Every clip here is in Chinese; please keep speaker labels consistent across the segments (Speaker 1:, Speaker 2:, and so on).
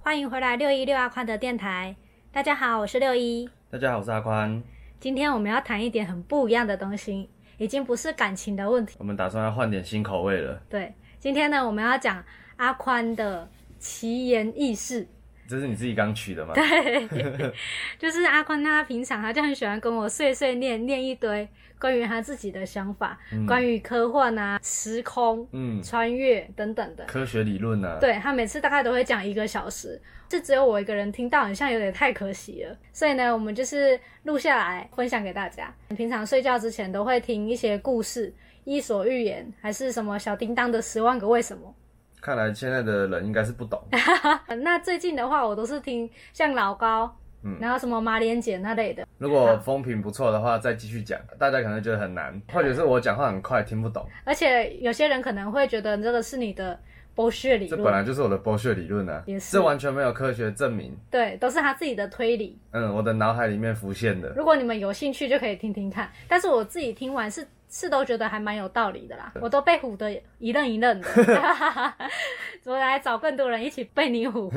Speaker 1: 欢迎回来六一六阿宽的电台。大家好，我是六一。
Speaker 2: 大家好，我是阿宽。
Speaker 1: 今天我们要谈一点很不一样的东西，已经不是感情的问题。
Speaker 2: 我们打算要换点新口味了，
Speaker 1: 对，今天呢，我们要讲阿宽的奇言异事。
Speaker 2: 这是你自己刚取的吗？
Speaker 1: 对，就是阿宽他平常他就很喜欢跟我碎碎念念一堆关于他自己的想法，
Speaker 2: 嗯
Speaker 1: 关于科幻啊、时空、
Speaker 2: 嗯，
Speaker 1: 穿越等等的。
Speaker 2: 科学理论啊，
Speaker 1: 对他每次大概都会讲一个小时，是只有我一个人听到，好像有点太可惜了。所以呢，我们就是录下来分享给大家。平常睡觉之前都会听一些故事，《伊索寓言》还是什么《小叮当的十万个为什么
Speaker 2: 看来现在的人应该是 不懂。》
Speaker 1: 呃。那最近的话，我都是听像老高，
Speaker 2: 嗯
Speaker 1: 然后什么马莲姐那类的。
Speaker 2: 如果风评不错的话，再继续讲，大家可能觉得很难，或者是我讲话很快听不懂。
Speaker 1: 而且有些人可能会觉得这个是你的剥削理
Speaker 2: 这本来
Speaker 1: 论，
Speaker 2: 就是我的剥削理论啊
Speaker 1: 也，是
Speaker 2: 这完全没有科学证明。
Speaker 1: 对，都是他自己的推理。
Speaker 2: 嗯，我的脑海里面浮现的。
Speaker 1: 如果你们有兴趣，就可以听听看。但是我自己听完是是都觉得还蛮有道理的啦，我都被唬得一愣一愣的。 我来找更多人一起被你 唬。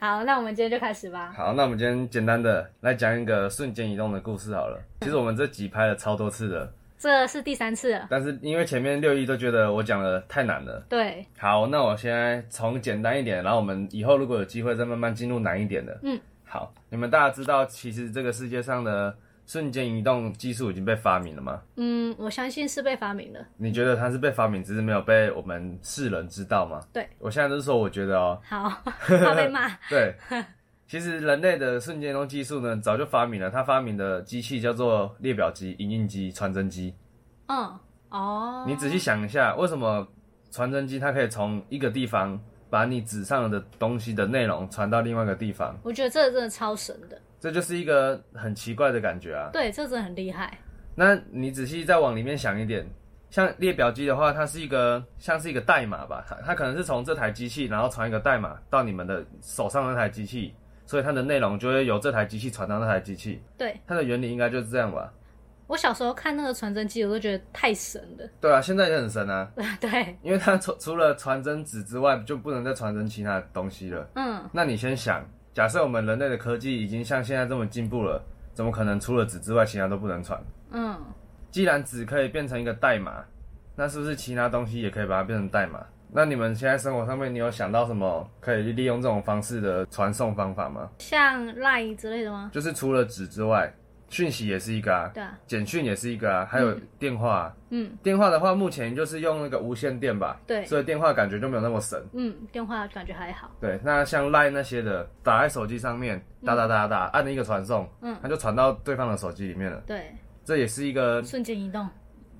Speaker 1: 好，那我们今天就开始吧。
Speaker 2: 好，那我们今天简单的来讲一个瞬间移动的故事好了。其实我们这集拍了超多次的，
Speaker 1: 这是第三次了，
Speaker 2: 但是因为前面六一都觉得我讲的太难了，
Speaker 1: 对，
Speaker 2: 好，那我现在从简单一点，然后我们以后如果有机会再慢慢进入难一点的。
Speaker 1: 嗯，
Speaker 2: 好，你们大家知道，其实这个世界上的瞬间移动技术已经被发明了吗？
Speaker 1: 嗯，我相信是被发明了。
Speaker 2: 你觉得它是被发明，只是没有被我们世人知道吗？
Speaker 1: 对，
Speaker 2: 我现在就是说，我觉得哦、
Speaker 1: 好，怕被骂。
Speaker 2: 对，其实人类的瞬间移动技术呢，早就发明了，它发明的机器叫做列表机、影印机、传真机。
Speaker 1: 嗯，哦，
Speaker 2: 你仔细想一下，为什么传真机它可以从一个地方把你纸上的东西的内容传到另外一个地方？
Speaker 1: 我觉得这个真的超神的，
Speaker 2: 这就是一个很奇怪的感觉啊。
Speaker 1: 对，这真的很厉害。
Speaker 2: 那你仔细再往里面想一点，像列表机的话，它是一个像是一个代码吧，它它可能是从这台机器，然后传一个代码到你们的手上那台机器，所以它的内容就会由这台机器传到那台机器。
Speaker 1: 对
Speaker 2: 它的原理应该就是这样吧？
Speaker 1: 我小时候看那个传真机，我都觉得太神了。
Speaker 2: 对啊，现在也很神啊，
Speaker 1: 对，
Speaker 2: 因为它除 除了传真纸之外，就不能再传真其他的东西了。
Speaker 1: 嗯，
Speaker 2: 那你先想，假设我们人类的科技已经像现在这么进步了，怎么可能除了纸之外，其他都不能传？
Speaker 1: 嗯，
Speaker 2: 既然纸可以变成一个代码，那是不是其他东西也可以把它变成代码？那你们现在生活上面，你有想到什么可以利用这种方式的传送方法吗？
Speaker 1: 像赖之类的吗？
Speaker 2: 就是除了纸之外，讯息也是一个啊，
Speaker 1: 对啊，
Speaker 2: 简讯也是一个啊，还有电话、啊。
Speaker 1: 嗯
Speaker 2: 电话的话，目前就是用那个无线电吧，
Speaker 1: 对
Speaker 2: 所以电话感觉就没有那么神。
Speaker 1: 嗯，电话感觉还好，
Speaker 2: 对，那像 Line 那些的，打在手机上面，哒哒哒哒，按了一个传送，
Speaker 1: 嗯
Speaker 2: 它就传到对方的手机里面了。
Speaker 1: 对，
Speaker 2: 这也是一个
Speaker 1: 瞬间移动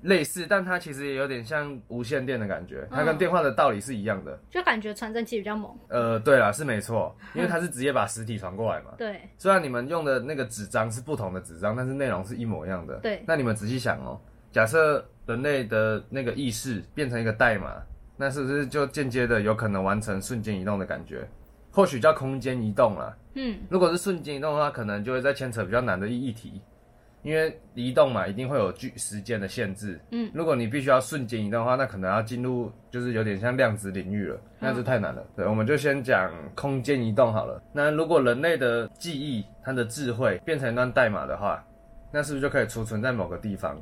Speaker 2: 类似，但它其实也有点像无线电的感觉，它
Speaker 1: 嗯
Speaker 2: 跟电话的道理是一样的。
Speaker 1: 就感觉传真机比较猛，
Speaker 2: 呃，对啦，是没错，因为它是直接把实体传过来嘛。
Speaker 1: 对
Speaker 2: 虽然你们用的那个纸张是不同的纸张，但是内容是一模一样的。
Speaker 1: 对
Speaker 2: 那你们仔细想哦，假设人类的那个意识变成一个代码，那是不是就间接的有可能完成瞬间移动的感觉？或许叫空间移动啦。
Speaker 1: 嗯
Speaker 2: 如果是瞬间移动的话，可能就会再牵扯比较难的议题，因为移动嘛，一定会有距时间的限制。
Speaker 1: 嗯，
Speaker 2: 如果你必须要瞬间移动的话，那可能要进入就是有点像量子领域了，那就太难了。对，我们就先讲空间移动好了。那如果人类的记忆、它的智慧变成一段代码的话，那是不是就可以储存在某个地方？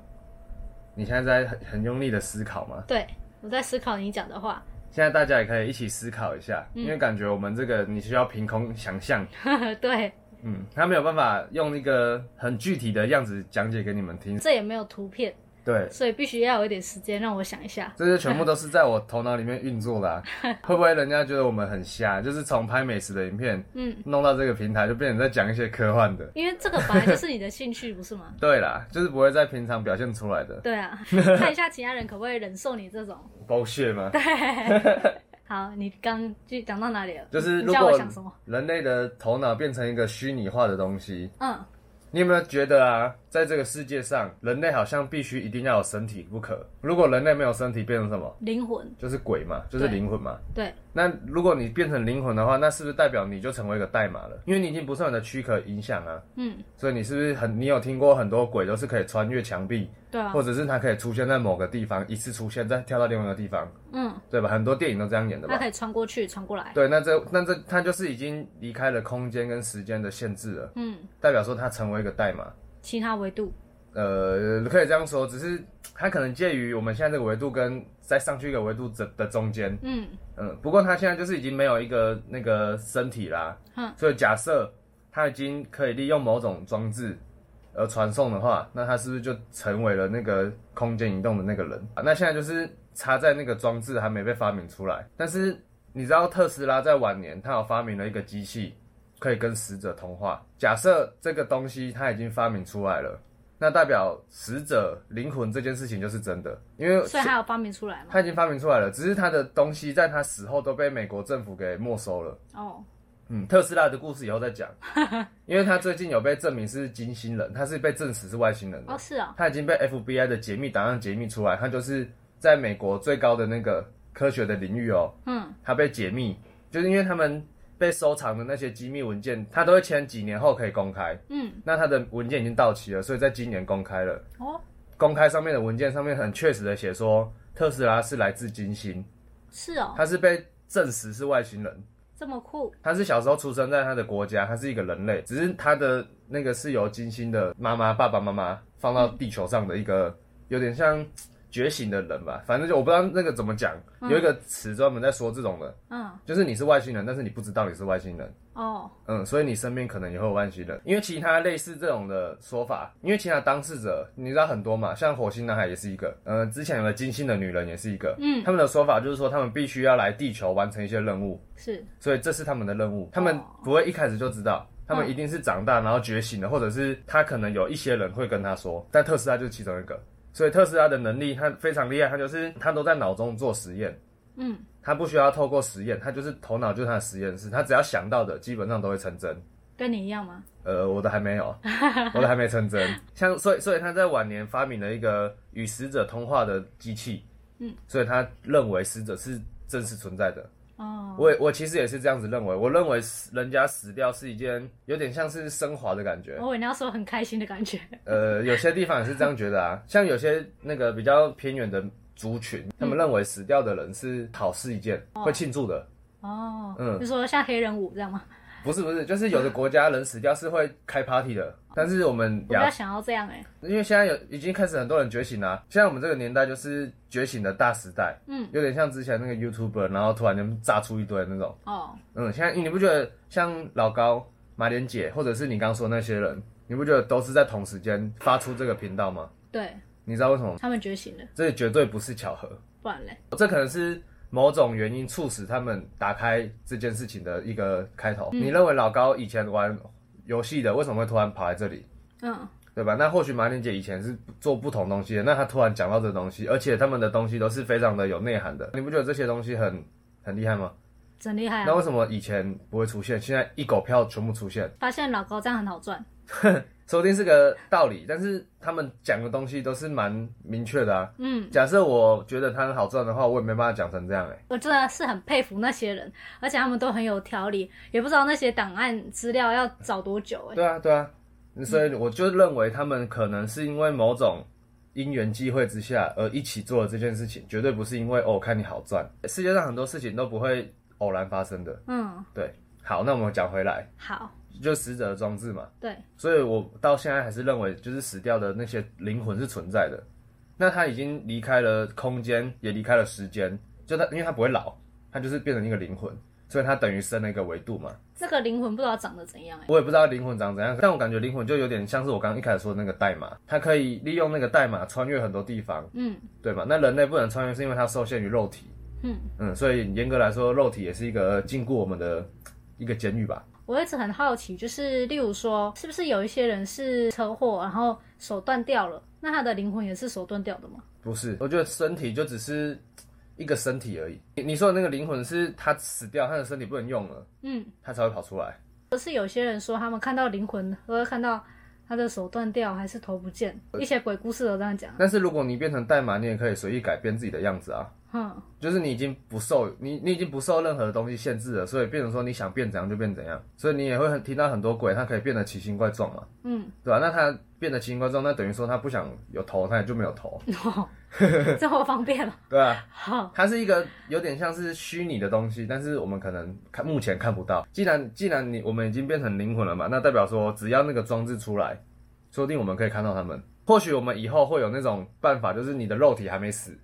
Speaker 2: 你现在在很很用力的思考吗？
Speaker 1: 对，我在思考你讲的话，
Speaker 2: 现在大家也可以一起思考一下，因为感觉我们这个你需要凭空想象，
Speaker 1: 对，
Speaker 2: 嗯，他没有办法用一个很具体的样子讲解给你们听。
Speaker 1: 这也没有图片，
Speaker 2: 对，
Speaker 1: 所以必须要有一点时间让我想一下，
Speaker 2: 这些全部都是在我头脑里面运 作的、啊，会不会人家觉得我们很瞎？就是从拍美食的影片
Speaker 1: 嗯，
Speaker 2: 弄到这个平台，就变成在讲一些科幻的。
Speaker 1: 因为这个本来就是你的兴趣，不是 吗？
Speaker 2: 对啦，就是不会在平常表现出来的
Speaker 1: 对啊，看一下其他人可不可以忍受你这种。
Speaker 2: 剥削吗？
Speaker 1: 好，你刚就讲到哪里了？
Speaker 2: 就是
Speaker 1: 你
Speaker 2: 如
Speaker 1: 知道我
Speaker 2: 果
Speaker 1: 想什么？
Speaker 2: 人类的头脑变成一个虚拟化的东西，
Speaker 1: 嗯，
Speaker 2: 你有没有觉得啊，在这个世界上，人类好像必须一定要有身体不可？如果人类没有身体，变成什么？
Speaker 1: 灵魂，
Speaker 2: 就是鬼嘛，就是
Speaker 1: 对
Speaker 2: 灵魂嘛。
Speaker 1: 对，
Speaker 2: 那如果你变成灵魂的话，那是不是代表你就成为一个代码了？因为你已经不受你的躯壳影响啊。
Speaker 1: 嗯，
Speaker 2: 所以你是不是很？你有听过很多鬼都是可以穿越墙壁，
Speaker 1: 对啊
Speaker 2: 或，者是它可以出现在某个地方，一次出现再跳到另外一个地方，
Speaker 1: 嗯，
Speaker 2: 对吧？很多电影都这样演的吧
Speaker 1: 它可？以穿过去，穿过来，
Speaker 2: 对，那这那这它就是已经离开了空间跟时间的限制了，
Speaker 1: 嗯，
Speaker 2: 代表说它成为一个代码。
Speaker 1: 其他维度，
Speaker 2: 呃，可以这样说，只是它可能介于我们现在这个维度跟再上去一个维度的的中间。
Speaker 1: 嗯，
Speaker 2: 嗯，不过它现在就是已经没有一个那个身体啦，
Speaker 1: 嗯
Speaker 2: 所以假设它已经可以利用某种装置而传送的话，那它是不是就成为了那个空间移动的那个人？啊那现在就是插在那个装置还没被发明出来，但是你知道特斯拉在晚年他有发明了一个机器，可以跟死者通话。假设这个东西它已经发明出来了。那代表死者灵魂这件事情呃就是真的，因为
Speaker 1: 所以它有发明出来嘛？
Speaker 2: 他已经发明出来了，只是他的东西在他死后都被美国政府给没收了。
Speaker 1: 哦，
Speaker 2: 嗯，特斯拉的故事以后再 讲，因为他最近有被证明是金星人，他是被证实是外星人的
Speaker 1: 哦，。是啊，
Speaker 2: 他已经被 FBI 的解密档案解密出来，他就是在美国最高的那个科学的领域哦，
Speaker 1: 嗯，
Speaker 2: 他被解密，就是因为他们被收藏的那些机密文件，他都会签几年后可以公开。
Speaker 1: 嗯，
Speaker 2: 那他的文件已经到期了，所以在今年公开了。
Speaker 1: 哦，
Speaker 2: 公开上面的文件上面很确实的写说，特斯拉是来自金星。
Speaker 1: 是哦，
Speaker 2: 他是被证实是外星人，
Speaker 1: 这么酷，
Speaker 2: 他是小时候出生在他的国家，他是一个人类，只是他的那个是由金星的妈妈、爸爸妈妈放到地球上的一个有点像觉醒的人吧，反正就我不知道那个怎么讲，有一个词专门在说这种的，
Speaker 1: 嗯，
Speaker 2: 就是你是外星人，但是你不知道你是外星人。
Speaker 1: 哦，
Speaker 2: 嗯，所以你身边可能也会有外星人，因为其他类似这种的说法，因为其他当事者你知道很多嘛，像火星男孩也是一个，呃，之前有个金星的女人也是一个，
Speaker 1: 嗯
Speaker 2: 他们的说法就是说他们必须要来地球完成一些任务，
Speaker 1: 是，
Speaker 2: 所以这是他们的任务，他们
Speaker 1: 哦嗯
Speaker 2: 不会一开始就知道。他们一定是长大，然后觉醒了，或者是他可能有一些人会跟他说，但特斯拉就是其中一个。所以特斯拉的能力他非常厉害，他就是他都在脑中做实验，
Speaker 1: 嗯，
Speaker 2: 他不需要透过实验，他就是头脑就是他的实验室，他只要想到的基本上都会成真。
Speaker 1: 跟你一样吗？
Speaker 2: 呃，我的还没 有，我的还没成真。像所以所以他在晚年发明了一个与死者通话的机器，
Speaker 1: 嗯，
Speaker 2: 所以他认为死者是真实存在的。
Speaker 1: 哦，
Speaker 2: 我也我其实也是这样子认为，我认为死人家死掉是一件有点像是升华的感觉。
Speaker 1: 哦我你要说很开心的感觉，
Speaker 2: 呃，有些地方也是这样觉 得啊，像有些那个比较偏远的族
Speaker 1: 嗯
Speaker 2: 群，他们认为死掉的人是好事一件，会庆祝的。
Speaker 1: 哦，
Speaker 2: 嗯
Speaker 1: 就说像黑人舞这样吗？
Speaker 2: 不是不是，就是有的国家人死掉是会开 party 的，但是我们
Speaker 1: 我比
Speaker 2: 亚
Speaker 1: 较想要这样哎、
Speaker 2: 因为现在有已经开始很多人觉醒啦、现在我们这个年代就是觉醒的大时代，
Speaker 1: 嗯，
Speaker 2: 有点像之前那个 YouTuber，然后突然间炸出一堆那种，
Speaker 1: 哦，
Speaker 2: 嗯，现在你不觉得像老高、马莲姐，或者是你刚说那些人，你不觉得都是在同时间发出这个频道吗？
Speaker 1: 对
Speaker 2: 你知道为什么吗？
Speaker 1: 他们觉醒了，
Speaker 2: 这绝对不是巧合，
Speaker 1: 不然嘞，
Speaker 2: 这可能是某种原因促使他们打开这件事情的一个开头。你认为老高以前玩游戏的，为什么会突然跑来这里？
Speaker 1: 嗯，
Speaker 2: 对吧？那或许马莲姐以前是做不同东西的，那她突然讲到这东西，而且他们的东西都是非常的有内涵的，你不觉得这些东西很很厉害吗？
Speaker 1: 真厉害
Speaker 2: 那
Speaker 1: 啊！
Speaker 2: 为什么以前不会出现，现在一狗票全部出现？
Speaker 1: 发现老高这样很好赚，
Speaker 2: 说不定是个道理，但是他们讲的东西都是蛮明确的啊。
Speaker 1: 嗯，
Speaker 2: 假设我觉得它很好赚的话，我也没办法讲成这样哎、
Speaker 1: 我真的是很佩服那些人，而且他们都很有条理，也不知道那些档案资料要找多久哎、
Speaker 2: 对啊，对啊，所以我就认为他们可能是因为某种因缘际会之下而一起做了这件事情，绝对不是因为哦看你好赚。世界上很多事情都不会偶然发生的。
Speaker 1: 嗯，
Speaker 2: 对，好，那我们讲回来，
Speaker 1: 好，
Speaker 2: 就死者的装置嘛，
Speaker 1: 对，
Speaker 2: 所以我到现在还是认为，就是死掉的那些灵魂是存在的。那他已经离开了空间，也离开了时间，就他因为他不会老，他就是变成一个灵魂，所以他等于升了一个维度嘛。
Speaker 1: 这个灵魂不知道长得怎样哎、
Speaker 2: 我也不知道灵魂长怎样，但我感觉灵魂就有点像是我刚刚一开始说的那个代码，它可以利用那个代码穿越很多地方，
Speaker 1: 嗯
Speaker 2: 对吧？那人类不能穿越，是因为它受限于肉体，
Speaker 1: 嗯，
Speaker 2: 嗯，所以严格来说，肉体也是一个禁锢我们的一个监狱吧。
Speaker 1: 我一直很好奇，就是例如说，是不是有一些人是车祸，然后手断掉了，那他的灵魂也是手断掉的吗？
Speaker 2: 不是，我觉得身体就只是一个身体而已。你你说的那个灵魂是他死掉，他的身体不能用了，
Speaker 1: 嗯，
Speaker 2: 他才会跑出来。
Speaker 1: 呃可是有些人说他们看到灵魂，都会看到他的手断掉还是头不见，
Speaker 2: 呃
Speaker 1: 一些鬼故事都这样讲。
Speaker 2: 但是如果你变成代码，你也可以随意改变自己的样子啊。
Speaker 1: 哼，
Speaker 2: 就是你已经不受你你已经不受任何东西限制了，所以变成说你想变怎样就变怎样，所以你也会很听到很多鬼，他可以变得奇形怪状嘛，
Speaker 1: 嗯，
Speaker 2: 对吧、那他变得奇形怪状，那等于说他不想有头，他也就没有头，
Speaker 1: 哦，这么方便了。
Speaker 2: 对吧、
Speaker 1: 好，
Speaker 2: 它是一个有点像是虚拟的东西，但是我们可能看目前看不到。既然既然你我们已经变成灵魂了嘛，那代表说只要那个装置出来，说不定我们可以看到他们。或许我们以后会有那种办法，就是你的肉体还没死，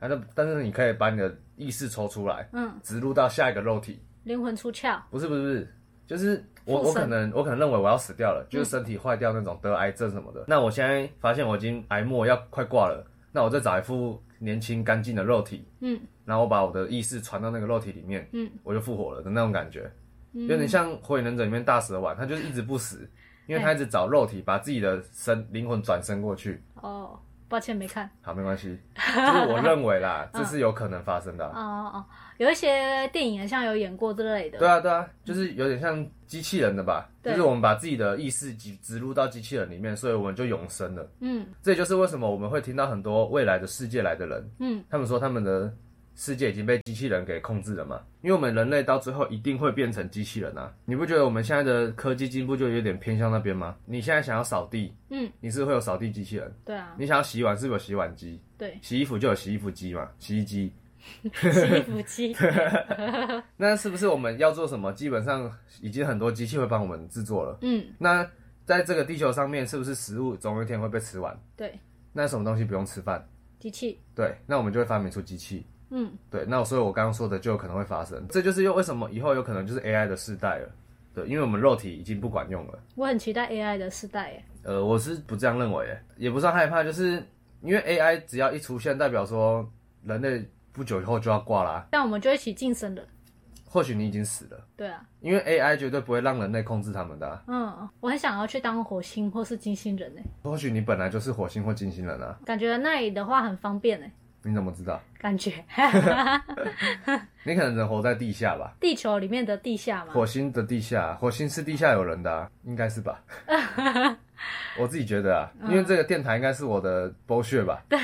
Speaker 2: 但是但是你可以把你的意识抽出来，
Speaker 1: 嗯，
Speaker 2: 植入到下一个肉体。
Speaker 1: 灵魂出窍，
Speaker 2: 不是不是不是，就是我
Speaker 1: 附
Speaker 2: 我
Speaker 1: 身嗯
Speaker 2: 可能我可能认为我要死掉了，就是身体坏掉那种得癌症什么的。那我现在发现我已经癌末要快挂了，那我再找一副年轻干净的肉体，
Speaker 1: 嗯，
Speaker 2: 然后我把我的意识传到那个肉体里面，
Speaker 1: 嗯，
Speaker 2: 我就复活了的那种感觉，有点像《火影忍者》里面大蛇丸，他就是一直不死。
Speaker 1: 哎
Speaker 2: 因为他一直找肉体，把自己的身灵魂转身过去。
Speaker 1: 哦，抱歉没看。
Speaker 2: 好，没 关系，就是我认为啦，这是有可能发生的啊、
Speaker 1: 哦哦哦，有一些电影好像有演过之类的。
Speaker 2: 对啊，对啊，就是有点像机器人的吧，就
Speaker 1: 对
Speaker 2: 是我们把自己的意识植植入到机器人里面，所以我们就永生了。
Speaker 1: 嗯
Speaker 2: 这也就是为什么我们会听到很多未来的世界来的人，
Speaker 1: 嗯，
Speaker 2: 他们说他们的世界已经被机器人给控制了嘛，因为我们人类到最后一定会变成机器人啊。你不觉得我们现在的科技进步就有点偏向那边吗？你现在想要扫地，
Speaker 1: 嗯，
Speaker 2: 你是不是会有扫地机器人；
Speaker 1: 对啊，
Speaker 2: 你想要洗碗，是不是有洗碗机？
Speaker 1: 对，
Speaker 2: 洗衣服就有洗衣服机嘛，洗衣机。
Speaker 1: 洗衣服 机。
Speaker 2: 那是不是我们要做什么？基本上已经很多机器会帮我们制作了。
Speaker 1: 嗯，
Speaker 2: 那在这个地球上面，是不是食物总有一天会被吃完？
Speaker 1: 对，
Speaker 2: 那什么东西不用吃饭？
Speaker 1: 机器。
Speaker 2: 对，那我们就会发明出机器。
Speaker 1: 嗯，
Speaker 2: 对，那所以我刚刚说的就有可能会发生，这就是又为什么以后有可能就是 AI 的世代了。对，因为我们肉体已经不管用了。
Speaker 1: 我很期待 AI 的时代耶。
Speaker 2: 呃，我是不这样认为耶，也不算害怕，就是因为 AI 只要一出现，代表说人类不久以后就要挂啦。
Speaker 1: 但我们就一起晋升了。
Speaker 2: 或许你已经死了，
Speaker 1: 对啊，
Speaker 2: 因为 AI 绝对不会让人类控制他们的啊、
Speaker 1: 嗯，我很想要去当火星或是金星人呢，欸
Speaker 2: 或许你本来就是火星或金星人啊，
Speaker 1: 感觉那里的话很方便呢，
Speaker 2: 你怎么知道？
Speaker 1: 感觉
Speaker 2: 你可能人活在地下吧？
Speaker 1: 地球里面的地下嘛。
Speaker 2: 火星的地下，火星是地下有人的、啊，应该是吧？我自己觉得啊，
Speaker 1: 嗯
Speaker 2: 因为这个电台应该是我的剥削吧，
Speaker 1: 对，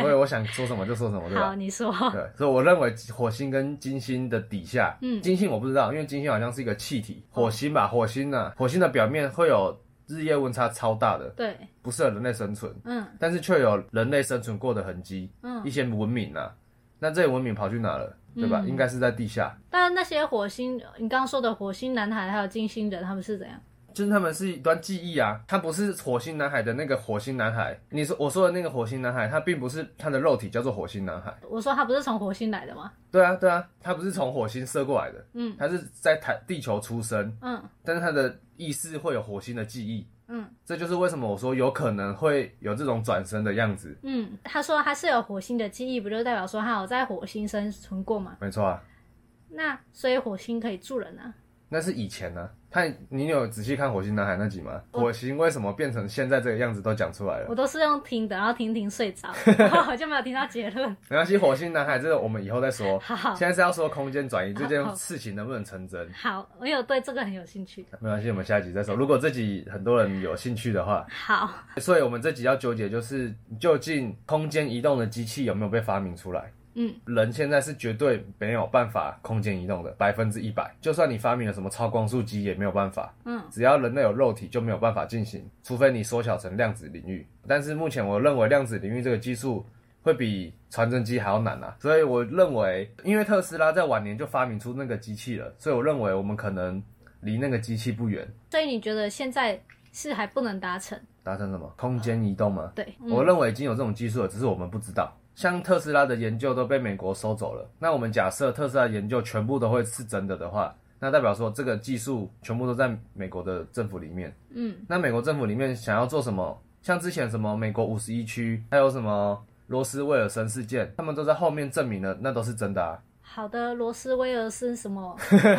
Speaker 2: 所以我想说什么就说什么，对
Speaker 1: 好，
Speaker 2: 吧？
Speaker 1: 你说。
Speaker 2: 对，所以我认为火星跟金星的底下，
Speaker 1: 嗯
Speaker 2: 金星我不知道，因为金星好像是一个气体，火星吧，火星呢、火星的表面会有日夜温差超大的，
Speaker 1: 对，
Speaker 2: 不适合人类生存，
Speaker 1: 嗯
Speaker 2: 但是却有人类生存过的痕迹，一
Speaker 1: 嗯，
Speaker 2: 些文明啊，那这些文明跑去哪了？对吧？
Speaker 1: 嗯
Speaker 2: 应该是在地下，
Speaker 1: 但那些火星，你刚刚说的火星男孩还有金星人，他们是怎样？
Speaker 2: 就是他们是一段记忆啊，他不是火星男孩的那个火星男孩。你说我说的那个火星男孩，他并不是他的肉体叫做火星男孩。
Speaker 1: 我说他不是从火星来的吗？
Speaker 2: 对啊，对啊，他不是从火星射过来的，
Speaker 1: 嗯
Speaker 2: 他是在台地球出生，
Speaker 1: 嗯
Speaker 2: 但是他的意识会有火星的记忆。
Speaker 1: 嗯
Speaker 2: 这就是为什么我说有可能会有这种转身的样子。
Speaker 1: 嗯，他说他是有火星的记忆，不就代表说他有在火星生存过吗？
Speaker 2: 没错啊，
Speaker 1: 那所以火星可以住人啊？
Speaker 2: 那是以前呢、啊。看你有仔细看火星男孩那集吗？火星为什么变成现在这个样子都讲出来了
Speaker 1: 我。都是用听的，然后听听睡着， 我就没有听到结论。
Speaker 2: 没关系，火星男孩这个我们以后再说。
Speaker 1: 好
Speaker 2: 现在是要说空间转移这件
Speaker 1: 好
Speaker 2: 事情能不能成真。
Speaker 1: 好，我有对这个很有兴趣。
Speaker 2: 没关系，我们下集再说。如果这集很多人有兴趣的话，
Speaker 1: 好，
Speaker 2: 所以我们这集要纠结就是，究竟空间移动的机器有没有被发明出来？
Speaker 1: 嗯，
Speaker 2: 人现在是绝对没有办法空间移动的，百分之一百。就算你发明了什么超光速机，也没有办法。
Speaker 1: 嗯
Speaker 2: 只要人类有肉体，就没有办法进行，除非你缩小成量子领域。但是目前我认为量子领域这个技术会比传真机还要难啊，所以我认为，因为特斯拉在晚年就发明出那个机器了，所以我认为我们可能离那个机器不远。
Speaker 1: 所以你觉得现在是还不能达成？
Speaker 2: 达成什么空间移动吗？
Speaker 1: 对，嗯
Speaker 2: 我认为已经有这种技术了，只是我们不知道。像特斯拉的研究都被美国收走了，那我们假设特斯拉的研究全部都会是真的的话，那代表说这个技术全部都在美国的政府里面。
Speaker 1: 嗯
Speaker 2: 那美国政府里面想要做什么？像之前什么美国五十一区，还有什么罗斯威尔森事件，他们都在后面证明了那都是真的啊。
Speaker 1: 好的，罗斯威尔森什么？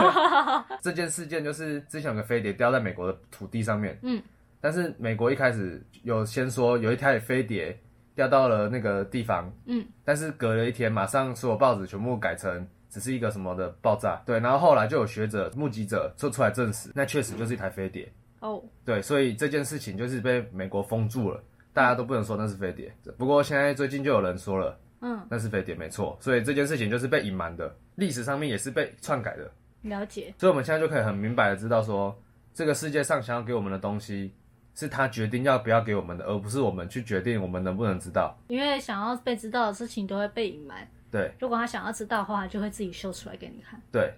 Speaker 2: 这件事件就是之前有个飞碟掉在美国的土地上面，
Speaker 1: 嗯，
Speaker 2: 但是美国一开始有先说有一台飞碟掉到了那个地方，
Speaker 1: 嗯，
Speaker 2: 但是隔了一天，马上所有报纸全部改成。只是一个什么的爆炸，对，然后后来就有学者、目击者说出来证实，那确实就是一台飞碟。
Speaker 1: 哦，
Speaker 2: 对，所以这件事情就是被美国封住了，大家都不能说那是飞碟。不过现在最近就有人说了，
Speaker 1: 嗯，
Speaker 2: 那是飞碟没错，所以这件事情就是被隐瞒的，历史上面也是被篡改的，
Speaker 1: 了解，
Speaker 2: 所以我们现在就可以很明白的知道说，这个世界上想要给我们的东西，是他决定要不要给我们的，而不是我们去决定我们能不能知道。
Speaker 1: 因为想要被知道的事情都会被隐瞒，
Speaker 2: 对
Speaker 1: 如果他想要知道的话，他就会自己秀出来给你看。
Speaker 2: 对，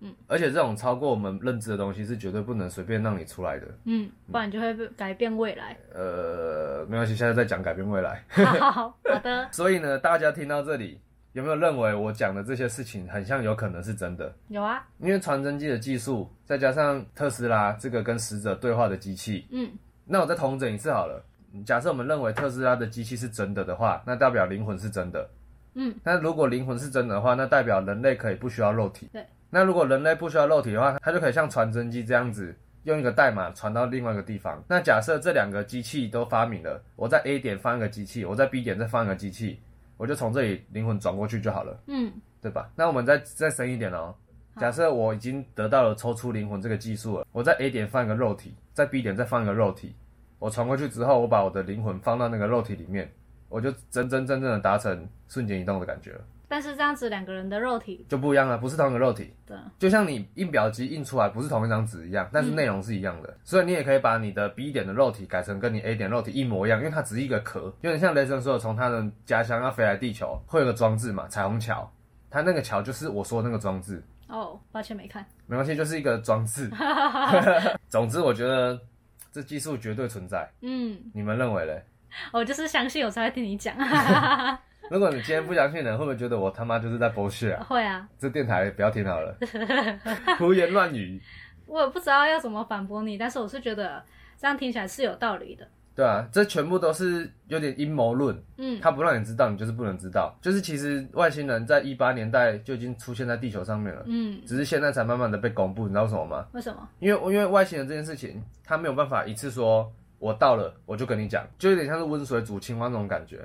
Speaker 1: 嗯，
Speaker 2: 而且这种超过我们认知的东西是绝对不能随便让你出来的。
Speaker 1: 嗯，不然就会被改变未来。
Speaker 2: 呃，没关系，现在在讲改变未来。
Speaker 1: 好好 的，
Speaker 2: 所以呢，大家听到这里，有没有认为我讲的这些事情很像有可能是真的？
Speaker 1: 有啊，
Speaker 2: 因为传真机的技术，再加上特斯拉这个跟使者对话的机器，
Speaker 1: 嗯，
Speaker 2: 那我再统整一次好了。假设我们认为特斯拉的机器是真的的话，那代表灵魂是真的。
Speaker 1: 嗯，
Speaker 2: 那如果灵魂是真的的话，那代表人类可以不需要肉体。
Speaker 1: 对。
Speaker 2: 那如果人类不需要肉体的话，它就可以像传真机这样子，用一个代码传到另外一个地方。那假设这两个机器都发明了，我在 A 点放一个机器，我在 B 点再放一个机器，我就从这里灵魂转过去就好了，
Speaker 1: 嗯，
Speaker 2: 对吧？那我们再再深一点哦。
Speaker 1: 好
Speaker 2: 假设我已经得到了抽出灵魂这个技术了，我在 A 点放一个肉体，在 B 点再放一个肉体，我传过去之后，我把我的灵魂放到那个肉体里面，我就真真正正的达成瞬间移动的感觉了，
Speaker 1: 但是这样子两个人的肉体
Speaker 2: 就不一样了，不是同一个肉体。
Speaker 1: 的，
Speaker 2: 就像你印表机印出来不是同一张纸一样，但是内容是一样的，所以你也可以把你的 B 点的肉体改成跟你 A 点肉体一模一样，因为它只是一个壳，有点像雷神说的，从他的家乡要飞来地球，会有个装置嘛，彩虹桥，它那个桥就是我说的那个装置，
Speaker 1: 哦，抱歉没看，
Speaker 2: 没关系，就是一个装置。总之，我觉得这技术绝对存在，
Speaker 1: 嗯，
Speaker 2: 你们认为嘞？
Speaker 1: 我就是相信我才会听你 讲，
Speaker 2: 如果你今天不相信人，会不会觉得我他妈就是在剥 削啊？
Speaker 1: 会啊，
Speaker 2: 这电台不要听好了，胡言乱语。
Speaker 1: 我也不知道要怎么反驳你，但是我是觉得这样听起来是有道理的，
Speaker 2: 对啊，这全部都是有点阴谋论。
Speaker 1: 嗯，
Speaker 2: 他不让你知道，你就是不能知道。就是其实外星人在一八年代就已经出现在地球上面了，
Speaker 1: 嗯，
Speaker 2: 只是现在才慢慢的被公布。你知道为什么吗？
Speaker 1: 为什么？
Speaker 2: 因为因为外星人这件事情，他没有办法一次说我到了我就跟你讲，就有点像是温水煮青蛙那种感觉。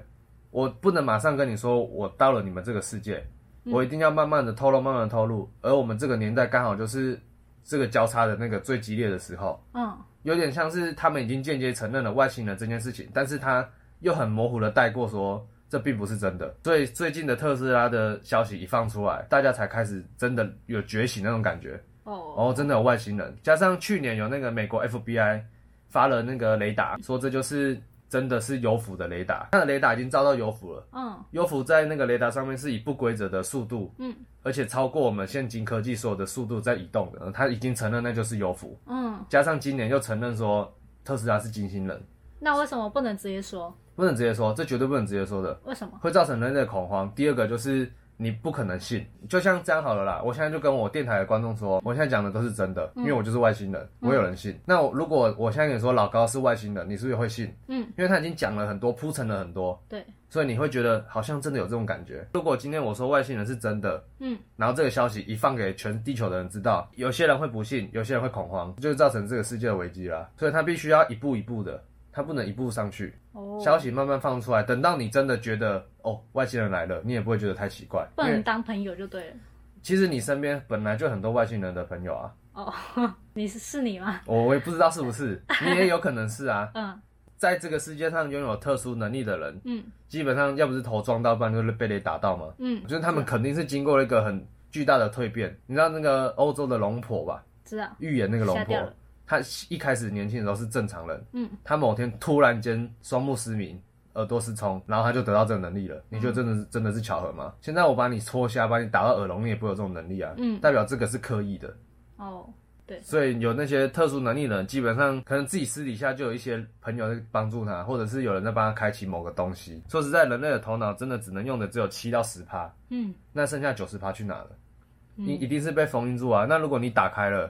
Speaker 2: 我不能马上跟你说我到了你们这个世界，
Speaker 1: 嗯
Speaker 2: 我一定要慢慢的透露，慢慢的透露。而我们这个年代刚好就是这个交叉的那个最激烈的时候，
Speaker 1: 嗯，
Speaker 2: 有点像是他们已经间接承认了外星人这件事情，但是他又很模糊的带过说这并不是真的。所以最近的特斯拉的消息一放出来，大家才开始真的有觉醒那种感觉，
Speaker 1: 哦，
Speaker 2: 哦，真的有外星人。加上去年有那个美国 FBI 发了那个雷达，说这就是真的是有辅的雷达，那个雷达已经照到有辅了。
Speaker 1: 嗯，
Speaker 2: 优浮在那个雷达上面是以不规则的速度，
Speaker 1: 嗯，
Speaker 2: 而且超过我们现今科技所有的速度在移动的，呃他已经承认那就是优浮。
Speaker 1: 嗯，
Speaker 2: 加上今年又承认说特斯拉是金星人，
Speaker 1: 那为什么不能直接说？
Speaker 2: 不能直接说，这绝对不能直接说的，
Speaker 1: 为什么？
Speaker 2: 会造成人类的恐慌。第二个就是你不可能信，就像这样好了啦，我现在就跟我电台的观众说，我现在讲的都是真的，因为我就是外星人，我有人信。那我如果我现在跟你说老高是外星人，你是不是会信？
Speaker 1: 嗯，
Speaker 2: 因为他已经讲了很多，铺陈了很多，
Speaker 1: 对，
Speaker 2: 所以你会觉得好像真的有这种感觉。如果今天我说外星人是真的，
Speaker 1: 嗯，
Speaker 2: 然后这个消息一放给全地球的人知道，有些人会不信，有些人会恐慌，就造成这个世界的危机啦。所以他必须要一步一步的，他不能一步上去，
Speaker 1: 哦，
Speaker 2: 消息慢慢放出来，等到你真的觉得哦外星人来了，你也不会觉得太奇怪，
Speaker 1: 不
Speaker 2: 因
Speaker 1: 能
Speaker 2: 为
Speaker 1: 当朋友就对了。
Speaker 2: 其实你身边本来就很多外星人的朋友啊，
Speaker 1: 哦， 你是是你吗？
Speaker 2: 我我也不知道是不 是，你也有可能是啊。
Speaker 1: 嗯
Speaker 2: 在这个世界上拥有特殊能力的人，
Speaker 1: 嗯
Speaker 2: 基本上要不是头撞到，不然就是被雷打到嘛。
Speaker 1: 嗯，
Speaker 2: 就是他们肯定是经过了一个很巨大的蜕变。你知道那个欧洲的龙婆吧？
Speaker 1: 知道
Speaker 2: 预言那个龙
Speaker 1: 吓掉
Speaker 2: 婆
Speaker 1: 了，
Speaker 2: 她一开始年轻的时候是正常人，
Speaker 1: 嗯，
Speaker 2: 她某天突然间双目失明。耳朵失聪，然后她就得到这个能力
Speaker 1: 嗯
Speaker 2: 了。你觉得真的是、真的是巧合吗？现在我把你戳瞎，把你打到耳聋，你也不会有这种能力啊。
Speaker 1: 嗯
Speaker 2: 代表这个是刻意的。
Speaker 1: 哦，对，
Speaker 2: 所以有那些特殊能力的人，基本上可能自己私底下就有一些朋友在帮助他，或者是有人在帮他开启某个东西。说实在，人类的头脑真的只能用的只有七到十趴，
Speaker 1: 嗯
Speaker 2: 那剩下九十趴去哪了？你
Speaker 1: 嗯
Speaker 2: 一定是被封印住啊。那如果你打开了，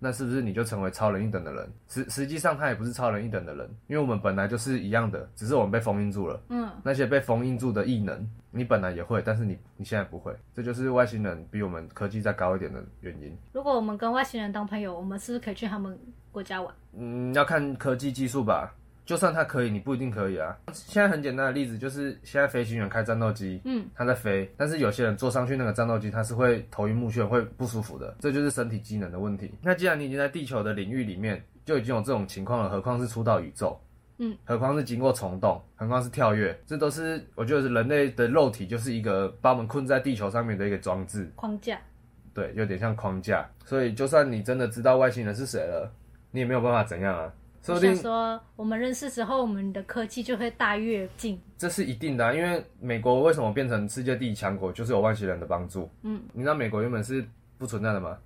Speaker 2: 那是不是你就成为超人一等的人？实实际上他也不是超人一等的人，因为我们本来就是一样的，只是我们被封印住了。
Speaker 1: 嗯，
Speaker 2: 那些被封印住的异能，你本来也会，但是你你现在不会，这就是外星人比我们科技再高一点的原因。
Speaker 1: 如果我们跟外星人当朋友，我们是不是可以去他们国家玩？
Speaker 2: 嗯，要看科技技术吧。就算他可以，你不一定可以啊。现在很简单的例子就是，现在飞行员开战斗机，
Speaker 1: 嗯，
Speaker 2: 他在飞，但是有些人坐上去那个战斗机，他是会头晕目眩，会不舒服的，这就是身体机能的问题。那既然你已经在地球的领域里面，就已经有这种情况了，何况是出到宇宙？
Speaker 1: 嗯，
Speaker 2: 何况是经过虫洞，何况是跳跃，这都是我觉得人类的肉体就是一个把我们困在地球上面的一个装置，
Speaker 1: 框架。
Speaker 2: 对，有点像框架。所以就算你真的知道外星人是谁了，你也没有办法怎样啊，说
Speaker 1: 我
Speaker 2: 不
Speaker 1: 想
Speaker 2: 定
Speaker 1: 说，我们认识之后，我们的科技就会大跃进。
Speaker 2: 这是一定的、啊，因为美国为什么变成世界第一强国，就是有外星人的帮助。
Speaker 1: 嗯，
Speaker 2: 你知道美国原本是不存在的吗？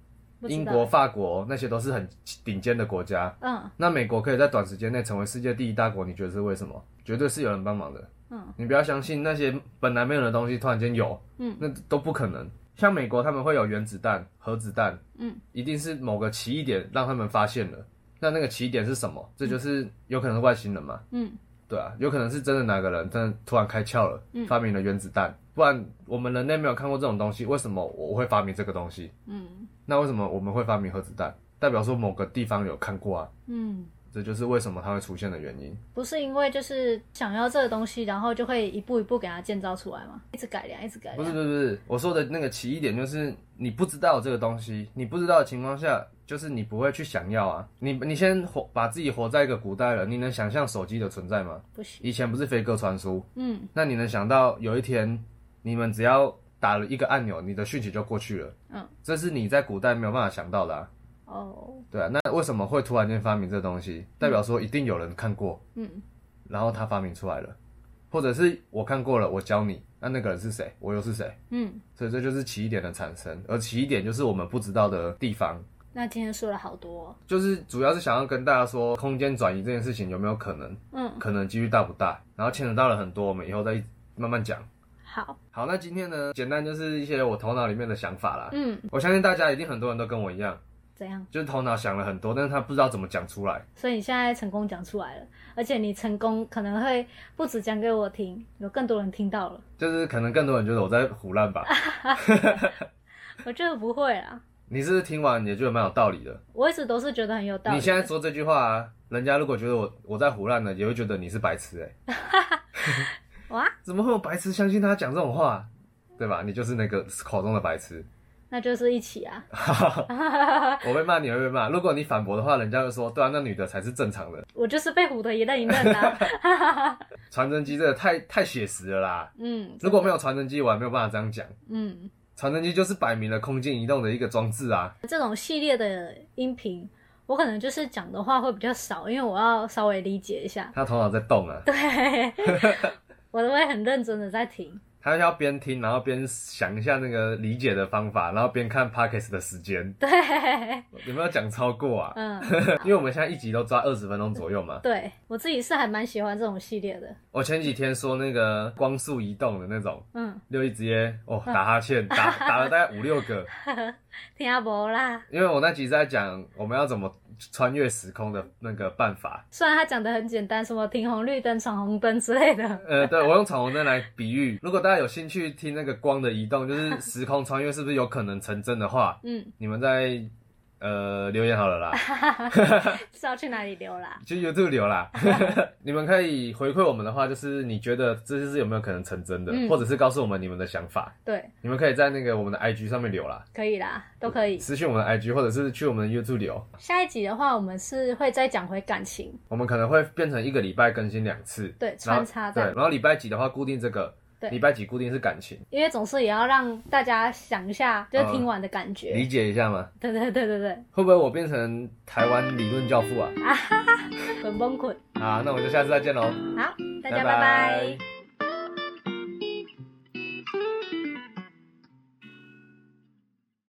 Speaker 1: 不知道
Speaker 2: 英国、，法国那些都是很顶尖的国家，
Speaker 1: 嗯
Speaker 2: 那美国可以在短时间内成为世界第一大国，你觉得是为什么？绝对是有人帮忙的。
Speaker 1: 嗯，
Speaker 2: 你不要相信那些本来没有的东西突然间有，
Speaker 1: 嗯，
Speaker 2: 那都不可能。像美国他们会有原子弹、核子弹，
Speaker 1: 嗯，
Speaker 2: 一定是某个奇异点让他们发现了。那那个奇异点是什么？这就是有可能是外星人嘛。
Speaker 1: 嗯，
Speaker 2: 对啊，有可能是真的哪个人真的突然开窍了，发明了原子弹。不然我们人类没有看过这种东西，为什么我会发明这个东西？
Speaker 1: 嗯
Speaker 2: 那为什么我们会发明核子弹？代表说某个地方有看过啊，
Speaker 1: 嗯，
Speaker 2: 这就是为什么它会出现的原因。
Speaker 1: 不是因为就是想要这个东西，然后就会一步一步给它建造出来嘛，一直改良，一直改
Speaker 2: 不是
Speaker 1: 良。
Speaker 2: 不是不是，我说的那个奇异点就是你不知道有这个东西，你不知道的情况下，就是你不会去想要啊。你你先活把自己活在一个古代了，你能想象手机的存在吗？
Speaker 1: 不行，
Speaker 2: 以前不是飞鸽传书，
Speaker 1: 嗯
Speaker 2: 那你能想到有一天你们只要打了一个按钮，你的讯息就过去了？
Speaker 1: 嗯，
Speaker 2: 这是你在古代没有办法想到的、啊。
Speaker 1: 哦，
Speaker 2: 对啊，那为什么会突然间发明这东西？代表说一定有人看过，
Speaker 1: 嗯
Speaker 2: 然后他发明出来了，或者是我看过了，我教你，那那个人是谁，我又是谁？
Speaker 1: 嗯。
Speaker 2: 所以这就是起点的产生，而起点就是我们不知道的地方，
Speaker 1: 那今天说了好多哦、
Speaker 2: 就是主要是想要跟大家说，空间转移这件事情有没有可能，
Speaker 1: 嗯，
Speaker 2: 可能几率大不大，然后牵扯到了很多，我们以后再慢慢讲。
Speaker 1: 好，
Speaker 2: 好，那今天呢，简单就是一些我头脑里面的想法啦。
Speaker 1: 嗯，
Speaker 2: 我相信大家一定很多人都跟我一样，
Speaker 1: 怎样？
Speaker 2: 就是头脑想了很多，但是他不知道怎么讲出来。
Speaker 1: 所以你现在成功讲出来了，而且你成功可能会不止讲给我听，有更多人听到了。
Speaker 2: 就是可能更多人觉得我在胡 乱吧。
Speaker 1: 我觉得不会啦，
Speaker 2: 你是不是听完也觉得蛮有道理的？
Speaker 1: 我一直都是觉得很有道理。
Speaker 2: 你现在说这句话、啊，人家如果觉得我我在胡乱呢，也会觉得你是白痴哎、
Speaker 1: 哇，
Speaker 2: 怎么会有白痴相信他讲这种话？对吧？你就是那个口中的白痴。
Speaker 1: 那就是一起啊。
Speaker 2: 我被骂，你会被骂。如果你反驳的话，人家就说：对啊，那女的才是正常的。
Speaker 1: 我就是被唬得一愣一愣的、啊。
Speaker 2: 传真机这个太太写实了啦。
Speaker 1: 嗯
Speaker 2: 如果没有传真机，我还没有办法这样讲。
Speaker 1: 嗯，
Speaker 2: 传真机就是摆明了空间移动的一个装置啊。
Speaker 1: 这种系列的音频，我可能就是讲的话会比较少，因为我要稍微理解一 下。
Speaker 2: 他头脑在动啊，
Speaker 1: 对，我都会很认真的在听。
Speaker 2: 他要边听，然后边想一下那个理解的方法，然后边看 p o c k e t 的时间。
Speaker 1: 对，
Speaker 2: 有没有讲超过啊？
Speaker 1: 嗯，
Speaker 2: 因为我们现在一集都抓二十分钟左右嘛。
Speaker 1: 对我自己是还蛮喜欢这种系列的。
Speaker 2: 我前几天说那个光速移动的那种，
Speaker 1: 嗯，
Speaker 2: 六一直接哦打哈欠，打打了大概五六个。
Speaker 1: 听阿伯啦，
Speaker 2: 因为我那集是在讲我们要怎么穿越时空的那个办法。
Speaker 1: 虽然他讲的很简单，什么停红绿灯、闯红灯之类的。
Speaker 2: 呃，对我用闯红灯来比喻，如果大家有兴趣听那个光的移动，就是时空穿越是不是有可能成真的话，
Speaker 1: 嗯，
Speaker 2: 你们在呃留言好了啦。
Speaker 1: 是要去哪里溜啦？
Speaker 2: 就 YouTube 留啦。 你们可以回馈我们的话，就是你觉得这件事有没有可能成真的，
Speaker 1: 嗯
Speaker 2: 或者是告诉我们你们的想法。
Speaker 1: 对，
Speaker 2: 你们可以在那个我们的 IG 上面留啦，
Speaker 1: 可以啦，都可以。
Speaker 2: 私信我们的 IG，或者是去我们的 YouTube 留。
Speaker 1: 下一集的话，我们是会再讲回感情。
Speaker 2: 我们可能会变成一个礼拜更新两次，
Speaker 1: 对
Speaker 2: 然后
Speaker 1: 穿插
Speaker 2: 对
Speaker 1: 在，
Speaker 2: 然后礼拜几的话固定这个，
Speaker 1: 对
Speaker 2: 礼拜几固定是感情，
Speaker 1: 因为总是也要让大家想一下，就是听完的感觉。
Speaker 2: 理解一下吗？
Speaker 1: 对对对对对，
Speaker 2: 会不会我变成台湾理论教父啊？
Speaker 1: 滚崩滚！
Speaker 2: 啊，那我们就下次再见喽，
Speaker 1: 好，大家
Speaker 2: 拜
Speaker 1: 拜拜